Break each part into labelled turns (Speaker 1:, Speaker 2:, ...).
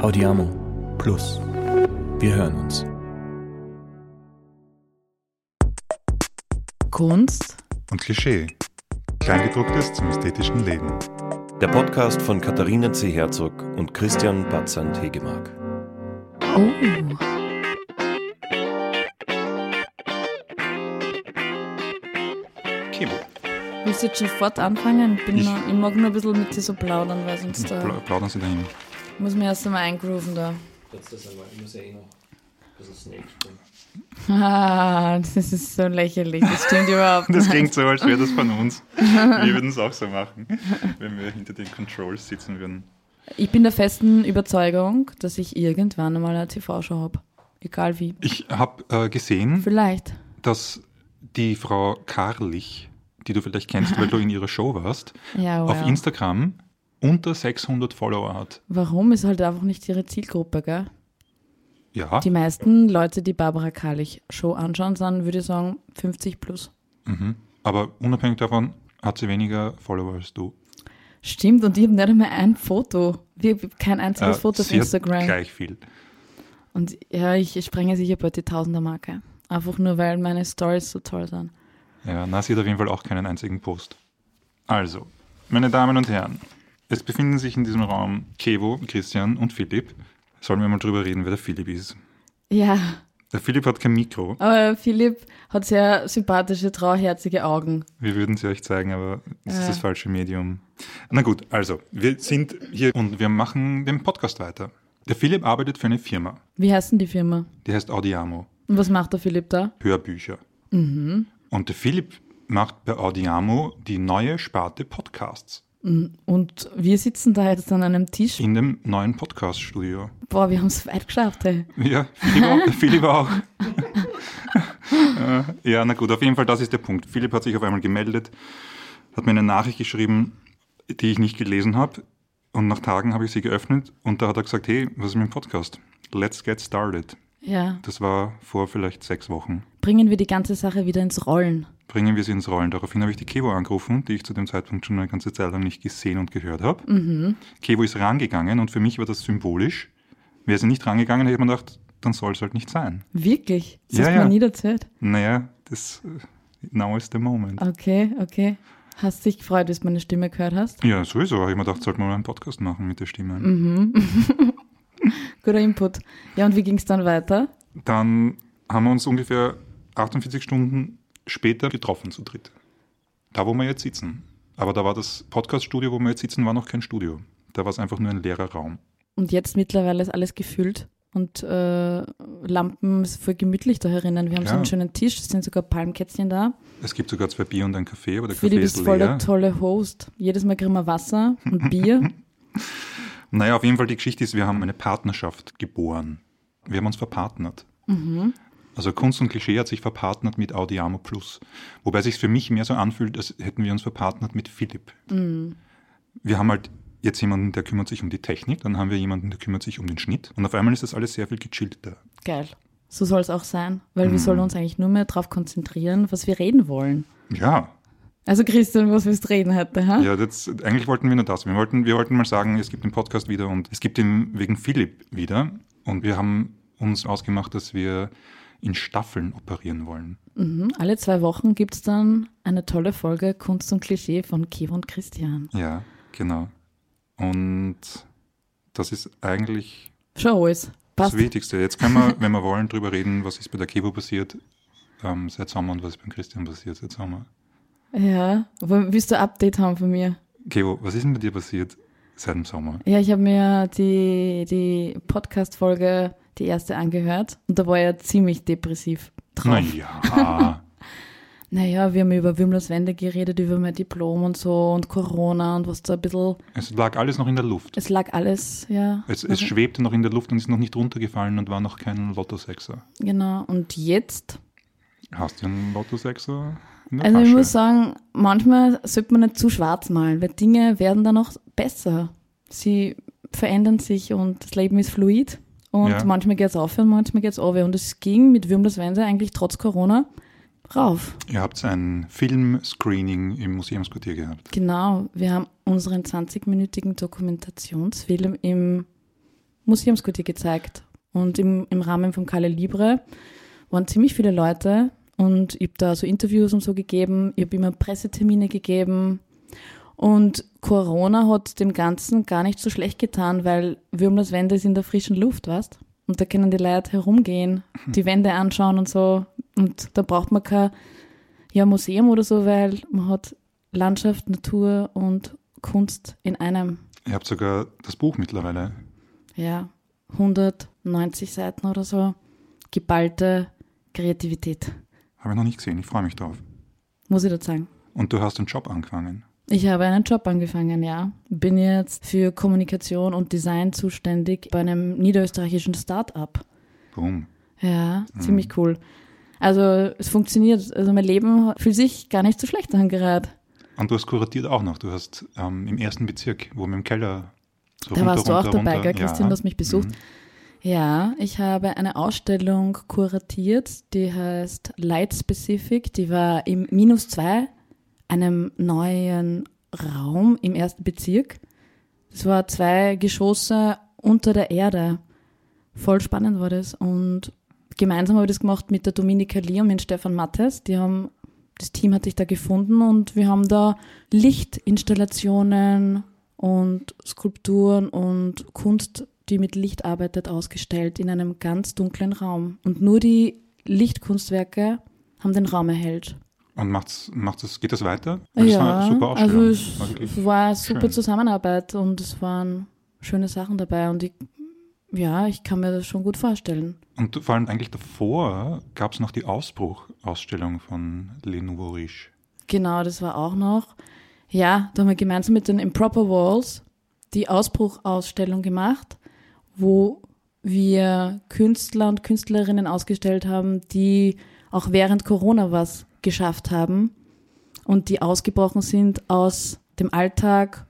Speaker 1: Audiamo Plus. Wir hören uns.
Speaker 2: Kunst
Speaker 3: und Klischee. Kleingedrucktes zum ästhetischen Leben.
Speaker 4: Der Podcast von Katharina C. Herzog und Christian Batzand Hegemark.
Speaker 2: Oh.
Speaker 3: Kim.
Speaker 2: Willst du jetzt sofort anfangen? Ich, bin
Speaker 3: Ich-
Speaker 2: noch, ich mag nur ein bisschen mit dir so plaudern, weil sonst da,
Speaker 3: Pla plaudern Sie dahin.
Speaker 2: muss man erst einmal eingrooven da.
Speaker 4: Jetzt das einmal, ich muss ja eh noch ein bisschen Snake spielen.
Speaker 2: Ah, das ist so lächerlich, das stimmt überhaupt
Speaker 3: Das
Speaker 2: nicht.
Speaker 3: klingt so, als wäre das von uns. Wir würden es auch so machen, wenn wir hinter den Controls sitzen würden.
Speaker 2: Ich bin der festen Überzeugung, dass ich irgendwann einmal eine TV-Show habe. Egal wie.
Speaker 3: Ich habe äh, gesehen,
Speaker 2: Vielleicht.
Speaker 3: dass die Frau Karlich, die du vielleicht kennst, weil du in ihrer Show warst,
Speaker 2: Oh, Ja, wow.
Speaker 3: auf Instagram unter 600 Follower hat.
Speaker 2: Warum ist halt einfach nicht ihre Zielgruppe, gell?
Speaker 3: Ja,
Speaker 2: Die meisten Leute, die Barbara Karlich Show anschauen, sind, würde ich sagen, 50 plus.
Speaker 3: aber unabhängig davon hat sie weniger Follower als du.
Speaker 2: Stimmt, und ich habe nicht einmal ein Foto. Wir, kein einziges
Speaker 3: Äh,
Speaker 2: Foto auf
Speaker 3: sie hat
Speaker 2: Instagram.
Speaker 3: Gleich viel.
Speaker 2: Und ja, ich sprenge sicher bald die Tausender-Marke. Einfach nur, weil meine Stories so toll sind.
Speaker 3: Ja, na, sie hat auf jeden Fall auch keinen einzigen Post. Also, meine Damen und Herren, es befinden sich in diesem Raum Kevo, Christian und Philipp. Sollen wir mal drüber reden, wer der Philipp ist?
Speaker 2: Ja,
Speaker 3: Der Philipp hat kein Mikro.
Speaker 2: aber Philipp hat sehr sympathische, trauherzige Augen.
Speaker 3: Wir würden es euch zeigen, aber es
Speaker 2: Ja.
Speaker 3: ist das falsche Medium. Na gut, also, wir sind hier und wir machen den Podcast weiter. Der Philipp arbeitet für eine Firma,
Speaker 2: Wie heißt denn die Firma?
Speaker 3: die heißt Audiamo,
Speaker 2: Und was macht der Philipp da?
Speaker 3: Hörbücher. Und der Philipp macht bei Audiamo die neue Sparte Podcasts
Speaker 2: Und wir sitzen da jetzt an einem Tisch.
Speaker 3: in dem neuen Podcast-Studio.
Speaker 2: Boah, wir haben es weit geschafft, hey.
Speaker 3: Ja, Philipp auch. Philipp auch. Äh, ja, na gut, auf jeden Fall, das ist der Punkt. Philipp hat sich auf einmal gemeldet, hat mir eine Nachricht geschrieben, die ich nicht gelesen habe. Und nach Tagen habe ich sie geöffnet und da hat er gesagt, hey, was ist mit dem Podcast? Let's get started.
Speaker 2: Ja,
Speaker 3: Das war vor vielleicht sechs Wochen.
Speaker 2: bringen wir die ganze Sache wieder ins Rollen.
Speaker 3: Bringen wir sie ins Rollen. Daraufhin habe ich die Kevo angerufen, die ich zu dem Zeitpunkt schon eine ganze Zeit lang nicht gesehen und gehört habe. Kevo ist rangegangen und für mich war das symbolisch. Wäre sie nicht rangegangen, hätte man gedacht, dann soll es halt nicht sein.
Speaker 2: Wirklich? Das
Speaker 3: Ja,
Speaker 2: hast du
Speaker 3: ja.
Speaker 2: mir nie erzählt.
Speaker 3: Naja, das äh, now is the moment.
Speaker 2: Okay, okay. Hast dich gefreut, bis du meine Stimme gehört hast?
Speaker 3: Ja, sowieso. Habe ich mir gedacht, sollten wir mal einen Podcast machen mit der Stimme.
Speaker 2: Mhm. Guter Input. Ja, und wie ging es dann weiter?
Speaker 3: Dann haben wir uns ungefähr 48 Stunden später getroffen zu dritt. Da, wo wir jetzt sitzen. Aber da war das Podcast-Studio, wo wir jetzt sitzen, war noch kein Studio. Da war es einfach nur ein leerer Raum.
Speaker 2: Und jetzt mittlerweile ist alles gefüllt und äh, Lampen ist voll gemütlich da herinnen. Wir haben so
Speaker 3: Ja.
Speaker 2: einen schönen Tisch, es sind sogar Palmkätzchen da.
Speaker 3: Es gibt sogar zwei Bier und ein Kaffee, aber der
Speaker 2: Philipp
Speaker 3: Kaffee
Speaker 2: ist
Speaker 3: ist
Speaker 2: voll der
Speaker 3: leer.
Speaker 2: tolle Host. Jedes Mal kriegen wir Wasser und Bier.
Speaker 3: Naja, auf jeden Fall die Geschichte ist, wir haben eine Partnerschaft geboren. Wir haben uns verpartnert. Also Kunst und Klischee hat sich verpartnert mit Audiamo Plus. Wobei sich für mich mehr so anfühlt, als hätten wir uns verpartnert mit Philipp. Wir haben halt jetzt jemanden, der kümmert sich um die Technik, dann haben wir jemanden, der kümmert sich um den Schnitt. Und auf einmal ist das alles sehr viel gechillter.
Speaker 2: Geil. So soll es auch sein, weil
Speaker 3: Mhm.
Speaker 2: wir sollen uns eigentlich nur mehr darauf konzentrieren, was wir reden wollen.
Speaker 3: Ja,
Speaker 2: Also Christian, was willst du reden heute? Ha?
Speaker 3: ja das, eigentlich wollten wir nur das. Wir wollten, wir wollten mal sagen, es gibt den Podcast wieder und es gibt ihn wegen Philipp wieder. Und wir haben uns ausgemacht, dass wir in Staffeln operieren wollen.
Speaker 2: Mhm. Alle zwei Wochen gibt es dann eine tolle Folge Kunst und Klischee von Kev und Christian.
Speaker 3: Ja, genau. Und das ist eigentlich
Speaker 2: Show ist. Passt.
Speaker 3: das Wichtigste. Jetzt können wir, wenn wir wollen, drüber reden, was ist bei der Kevo passiert ähm, seit Sommer und was ist beim Christian passiert seit Sommer.
Speaker 2: Ja, aber willst du ein Update haben von mir?
Speaker 3: Kevo, was ist denn bei dir passiert seit dem Sommer?
Speaker 2: Ja, ich habe mir die, die Podcast-Folge, die erste, angehört und da war er ziemlich depressiv drauf.
Speaker 3: Naja,
Speaker 2: Naja, wir haben über Wimmlers Wende geredet, über mein Diplom und so und Corona und was da ein bisschen.
Speaker 3: es lag alles noch in der Luft.
Speaker 2: Es mhm. lag alles, ja.
Speaker 3: Es, es schwebte noch in der Luft und ist noch nicht runtergefallen und war noch kein Lottosechser.
Speaker 2: Genau. Und jetzt
Speaker 3: Hast du einen Lottosechser in der
Speaker 2: Also ich
Speaker 3: Tasche?
Speaker 2: muss sagen, manchmal sollte man nicht zu schwarz malen, weil Dinge werden dann auch besser. Sie verändern sich und das Leben ist fluid. Und
Speaker 3: Ja.
Speaker 2: manchmal geht's auf und manchmal geht's auf. Und es ging mit Würmlers Wense eigentlich trotz Corona rauf.
Speaker 3: Ihr habt ein Filmscreening im Museumsquartier gehabt.
Speaker 2: Genau, wir haben unseren 20-minütigen Dokumentationsfilm im Museumskultur gezeigt. Und im, im Rahmen vom Kale Libre waren ziemlich viele Leute und ich habe da so Interviews und so gegeben, ich habe immer Pressetermine gegeben. Und Corona hat dem Ganzen gar nicht so schlecht getan, weil wir um das Wende ist in der frischen Luft, weißt? Und da können die Leute herumgehen, die Wände anschauen und so. Und da braucht man kein ja, Museum oder so, weil man hat Landschaft, Natur und Kunst in einem.
Speaker 3: Ihr habt sogar das Buch mittlerweile.
Speaker 2: Ja, 190 Seiten oder so. Geballte Kreativität,
Speaker 3: Habe ich noch nicht gesehen. Ich freue mich drauf.
Speaker 2: muss ich dazu sagen.
Speaker 3: Und du hast einen Job angefangen.
Speaker 2: Ich habe einen Job angefangen, ja. Bin jetzt für Kommunikation und Design zuständig bei einem niederösterreichischen Start-up.
Speaker 3: Boom.
Speaker 2: Ja, ziemlich cool. Also es funktioniert. Also mein Leben fühlt sich gar nicht so schlecht an gerade.
Speaker 3: Und du hast kuratiert auch noch. Du hast ähm, im ersten Bezirk, wo wir im Keller so
Speaker 2: Da
Speaker 3: runter,
Speaker 2: warst du
Speaker 3: runter,
Speaker 2: auch dabei,
Speaker 3: runter.
Speaker 2: gell, Christian, du hast mich besucht.
Speaker 3: Mhm.
Speaker 2: Ja, ich habe eine Ausstellung kuratiert, die heißt Light Specific. Die war im Minus 2, einem neuen Raum im ersten Bezirk. Das war zwei Geschosse unter der Erde. Voll spannend war das. Und gemeinsam habe ich das gemacht mit der Dominika Lee und mit Stefan Mattes. Die haben, das Team hat sich da gefunden und wir haben da Lichtinstallationen und Skulpturen und Kunst, die mit Licht arbeitet, ausgestellt in einem ganz dunklen Raum. Und nur die Lichtkunstwerke haben den Raum erhellt.
Speaker 3: Und macht's, macht's das, geht das weiter? Weil Ah, das war
Speaker 2: Ja,
Speaker 3: eine super
Speaker 2: also
Speaker 3: Ausstellung.
Speaker 2: es
Speaker 3: War wirklich-
Speaker 2: war eine super
Speaker 3: schön.
Speaker 2: Zusammenarbeit und es waren schöne Sachen dabei und ich, ja, ich kann mir das schon gut vorstellen.
Speaker 3: Und vor allem eigentlich davor gab es noch die Ausbruch-Ausstellung von Le Nouveau Riche.
Speaker 2: Genau, das war auch noch. Ja, da haben wir gemeinsam mit den Improper Walls die Ausbruchausstellung gemacht, wo wir Künstler und Künstlerinnen ausgestellt haben, die auch während Corona was geschafft haben und die ausgebrochen sind aus dem Alltag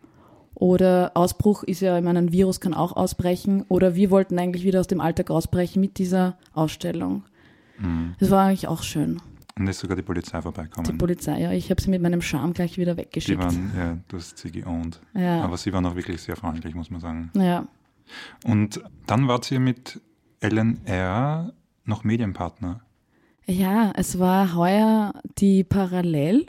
Speaker 2: oder Ausbruch ist ja, ich meine, ein Virus kann auch ausbrechen oder wir wollten eigentlich wieder aus dem Alltag ausbrechen mit dieser Ausstellung. Das war eigentlich auch schön.
Speaker 3: Und da ist sogar die Polizei
Speaker 2: Die
Speaker 3: vorbeikommen.
Speaker 2: Polizei, ja. Ich habe sie mit meinem Charme gleich wieder
Speaker 3: die
Speaker 2: weggeschickt.
Speaker 3: waren, ja, du hast sie geowned.
Speaker 2: Ja.
Speaker 3: Aber sie waren auch wirklich sehr freundlich, muss man sagen.
Speaker 2: ja,
Speaker 3: Und dann wart ihr mit LNR noch Medienpartner.
Speaker 2: ja, es war heuer die Parallel,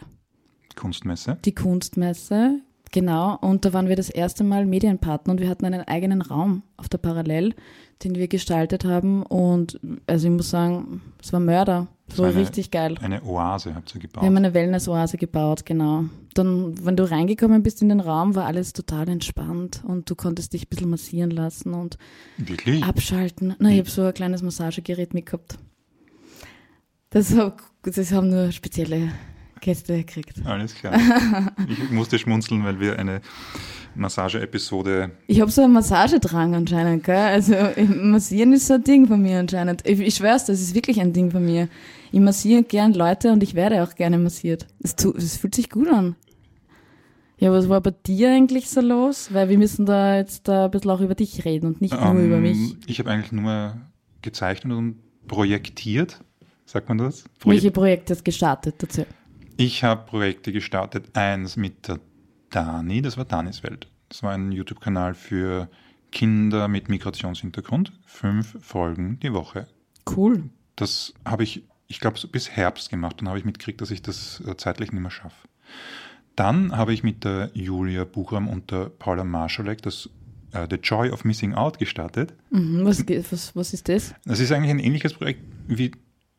Speaker 3: Kunstmesse.
Speaker 2: die Kunstmesse, genau. Und da waren wir das erste Mal Medienpartner und wir hatten einen eigenen Raum auf der Parallel, den wir gestaltet haben. Und also ich muss sagen, es war Mörder. Es war
Speaker 3: war eine-
Speaker 2: richtig geil.
Speaker 3: Eine Oase habt ihr gebaut.
Speaker 2: Wir haben eine Wellness-Oase gebaut, genau. Dann, wenn du reingekommen bist in den Raum, war alles total entspannt und du konntest dich ein bisschen massieren lassen und
Speaker 3: wirklich?
Speaker 2: Abschalten. Na, ich habe so ein kleines Massagegerät mitgehabt. Das, hab, das haben nur spezielle Gäste gekriegt.
Speaker 3: Alles klar. ich musste schmunzeln, weil wir eine Massage-Episode.
Speaker 2: Ich habe so einen Massagedrang anscheinend, gell? Also ich- massieren ist so ein Ding von mir anscheinend. Ich, ich schwör's, das ist wirklich ein Ding von mir. Ich massiere gern Leute und ich werde auch gerne massiert. Es tu- es fühlt sich gut an. Ja, was war bei dir eigentlich so los? Weil wir müssen da jetzt da ein bisschen auch über dich reden und nicht nur
Speaker 3: Ähm,
Speaker 2: über mich.
Speaker 3: Ich habe eigentlich nur gezeichnet und projektiert. Sagt man das? Projek-
Speaker 2: Welche Projekte hast gestartet dazu?
Speaker 3: Ich habe Projekte gestartet. Eins mit der Dani, das war Danis Welt. Das war ein YouTube-Kanal für Kinder mit Migrationshintergrund. Fünf Folgen die Woche.
Speaker 2: Cool.
Speaker 3: Das habe ich, ich glaube, so bis Herbst gemacht. Dann habe ich mitgekriegt, dass ich das äh, zeitlich nicht mehr schaffe. Dann habe ich mit der Julia Buchram und der Paula Marschalek das äh, The Joy of Missing Out gestartet.
Speaker 2: Mhm, was, ge- was, was ist das?
Speaker 3: Das ist eigentlich ein ähnliches Projekt wie,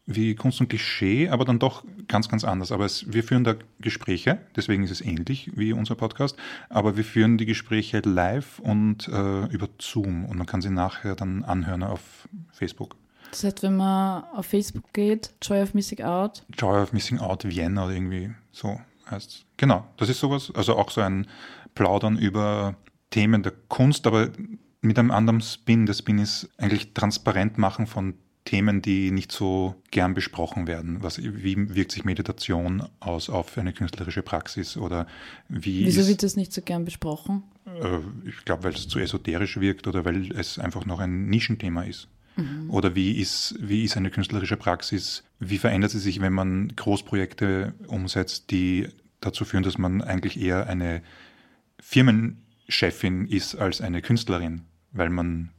Speaker 3: wie Kunst und Klischee, aber dann doch ganz, ganz anders. Aber es, wir führen da Gespräche, deswegen ist es ähnlich wie unser Podcast, aber wir führen die Gespräche live und äh, über Zoom und man kann sie nachher dann anhören auf Facebook.
Speaker 2: Das heißt, wenn man auf Facebook geht, Joy of Missing Out,
Speaker 3: Joy of Missing Out Vienna oder irgendwie so heißt Genau, das ist sowas. Also auch so ein Plaudern über Themen der Kunst, aber mit einem anderen Spin. Der Spin ist eigentlich transparent machen von Themen, die nicht so gern besprochen werden. Was, wie wirkt sich Meditation aus auf eine künstlerische Praxis oder wie
Speaker 2: wieso
Speaker 3: ist,
Speaker 2: wird das nicht so gern besprochen?
Speaker 3: äh, ich glaube, weil es zu esoterisch wirkt oder weil es einfach noch ein Nischenthema ist. Oder wie ist, wie ist eine künstlerische Praxis? Wie verändert sie sich, wenn man Großprojekte umsetzt, die dazu führen, dass man eigentlich eher eine Firmenchefin ist als eine Künstlerin, weil man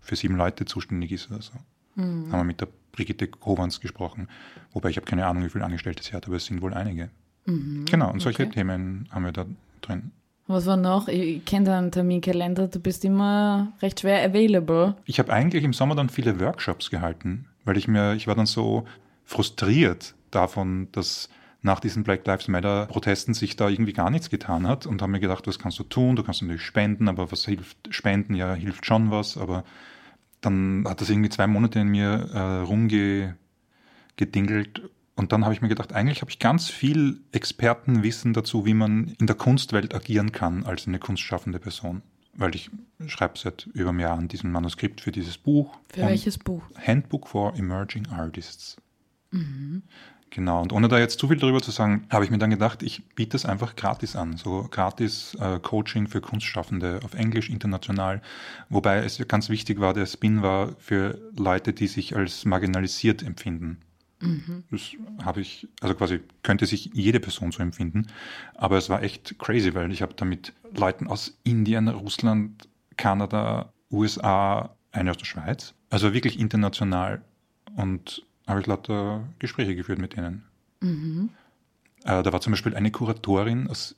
Speaker 3: für sieben Leute zuständig ist oder so. Haben wir mit der Brigitte Kovans gesprochen. Wobei ich habe keine Ahnung, wie viele Angestellte sie hat, aber es sind wohl einige. Genau, und solche
Speaker 2: okay.
Speaker 3: Themen haben wir da drin.
Speaker 2: Was war noch? Ich kenne deinen Terminkalender, du bist immer recht schwer available.
Speaker 3: Ich habe eigentlich im Sommer dann viele Workshops gehalten, weil ich mir, ich war dann so frustriert davon, dass nach diesen Black Lives Matter Protesten sich da irgendwie gar nichts getan hat und habe mir gedacht, was kannst du tun? Du kannst natürlich spenden, aber was hilft Spenden? Ja, hilft schon was, aber dann hat das irgendwie zwei Monate in mir äh, rumgedingelt und dann habe ich mir gedacht, eigentlich habe ich ganz viel Expertenwissen dazu, wie man in der Kunstwelt agieren kann als eine kunstschaffende Person. Weil ich schreibe seit über einem Jahr an diesem Manuskript für dieses Buch.
Speaker 2: Für
Speaker 3: Und-
Speaker 2: welches Buch?
Speaker 3: Handbook for Emerging Artists. Genau, und ohne da jetzt zu viel drüber zu sagen, habe ich mir dann gedacht, ich biete es einfach gratis an. So gratis äh, Coaching für Kunstschaffende auf Englisch international. Wobei es ja ganz wichtig war, der Spin war für Leute, die sich als marginalisiert empfinden. Das habe ich, also quasi könnte sich jede Person so empfinden. Aber es war echt crazy, weil ich habe damit Leuten aus Indien, Russland, Kanada, USA, eine aus der Schweiz, also wirklich international und habe ich lauter Gespräche geführt mit denen. Äh, da war zum Beispiel eine Kuratorin aus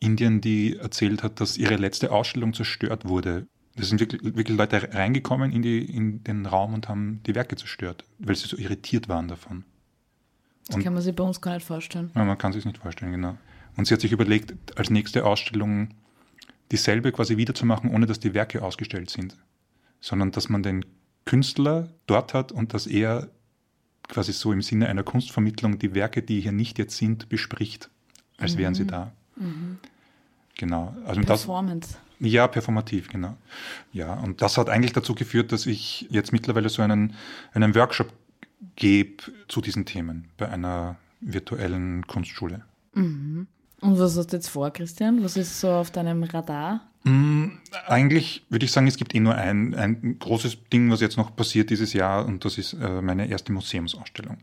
Speaker 3: Indien, die erzählt hat, dass ihre letzte Ausstellung zerstört wurde. Da sind wirklich, wirklich Leute reingekommen in, die, in den Raum und haben die Werke zerstört, weil sie so irritiert waren davon.
Speaker 2: Das
Speaker 3: Und-
Speaker 2: kann man sich bei uns gar nicht vorstellen.
Speaker 3: Ja, man kann sich nicht vorstellen, genau. Und sie hat sich überlegt, als nächste Ausstellung dieselbe quasi wiederzumachen, ohne dass die Werke ausgestellt sind, sondern dass man den Künstler dort hat und dass er quasi so im Sinne einer Kunstvermittlung die Werke, die hier nicht jetzt sind, bespricht, als wären sie da. Genau. Also das,
Speaker 2: Performance.
Speaker 3: ja, performativ, genau. Ja, und das hat eigentlich dazu geführt, dass ich jetzt mittlerweile so einen, einen Workshop gebe zu diesen Themen bei einer virtuellen Kunstschule.
Speaker 2: Und was hast du jetzt vor, Christian? Was ist so auf deinem Radar?
Speaker 3: Eigentlich würde ich sagen, es gibt eh nur ein, ein großes Ding, was jetzt noch passiert dieses Jahr, und das ist äh, meine erste Museumsausstellung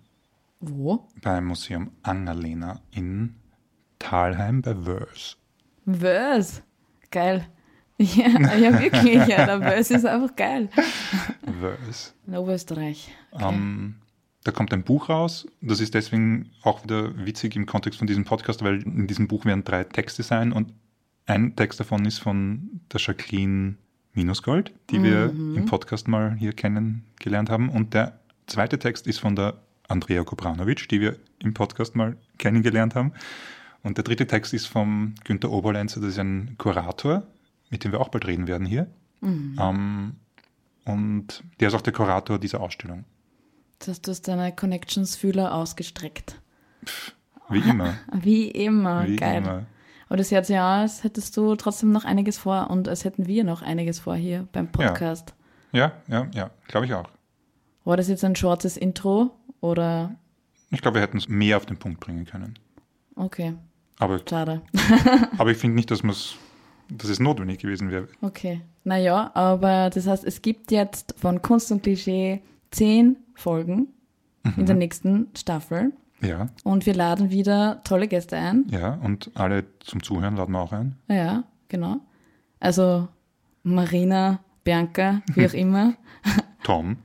Speaker 2: Wo?
Speaker 3: beim Museum Annalena in Thalheim bei Wörs.
Speaker 2: Was? Geil. Ja, ja wirklich. Ja, der Bös ist einfach geil.
Speaker 3: Wörs.
Speaker 2: In Oberösterreich.
Speaker 3: Ähm, da kommt ein Buch raus. Das ist deswegen auch wieder witzig im Kontext von diesem Podcast, weil in diesem Buch werden drei Texte sein und ein Text davon ist von der Jacqueline Minusgold, die wir im Podcast mal hier kennengelernt haben. Und der zweite Text ist von der Andrea Kobranovic, die wir im Podcast mal kennengelernt haben. Und der dritte Text ist vom Günter Oberlenzer, das ist ein Kurator, mit dem wir auch bald reden werden hier. Ähm, und der ist auch der Kurator dieser Ausstellung.
Speaker 2: Das heißt, du hast deine Connections-Fühler ausgestreckt.
Speaker 3: Wie immer.
Speaker 2: Wie immer.
Speaker 3: wie
Speaker 2: Ah, geil.
Speaker 3: immer.
Speaker 2: Aber das hört sich ja, als hättest du trotzdem noch einiges vor und als hätten wir noch einiges vor hier beim Podcast.
Speaker 3: Ja, ja, ja. Glaube ich auch.
Speaker 2: War das jetzt ein kurzes Intro oder?
Speaker 3: Ich glaube, wir hätten es mehr auf den Punkt bringen können.
Speaker 2: Okay,
Speaker 3: Aber,
Speaker 2: schade.
Speaker 3: aber ich finde nicht, dass, man's- dass es notwendig gewesen wäre.
Speaker 2: Okay. Naja, aber das heißt, es gibt jetzt von Kunst und Klischee zehn Folgen in der nächsten Staffel
Speaker 3: Ja,
Speaker 2: und wir laden wieder tolle Gäste ein.
Speaker 3: ja. Und alle zum Zuhören laden wir auch ein.
Speaker 2: Ja, genau. Also Marina, Bianca, wie auch immer.
Speaker 3: Tom,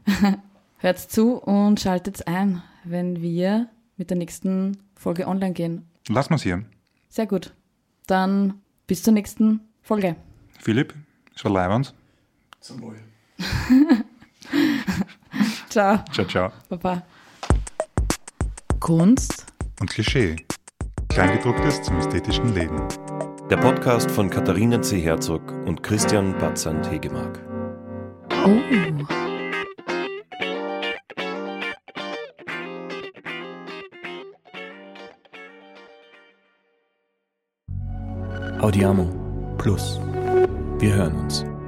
Speaker 2: Hört zu und schaltet ein, wenn wir mit der nächsten Folge online gehen.
Speaker 3: lass mal's hier.
Speaker 2: Sehr gut. Dann bis zur nächsten Folge.
Speaker 3: Philipp, es war Leiband.
Speaker 2: Ciao.
Speaker 3: Ciao, ciao.
Speaker 2: Baba. Kunst
Speaker 3: Und Klischee. Kleingedrucktes zum ästhetischen Leben.
Speaker 4: Der Podcast von Katharina C. Herzog und Christian Batzand Hegemark.
Speaker 2: Oh.
Speaker 1: Audiamo Plus. Wir hören uns.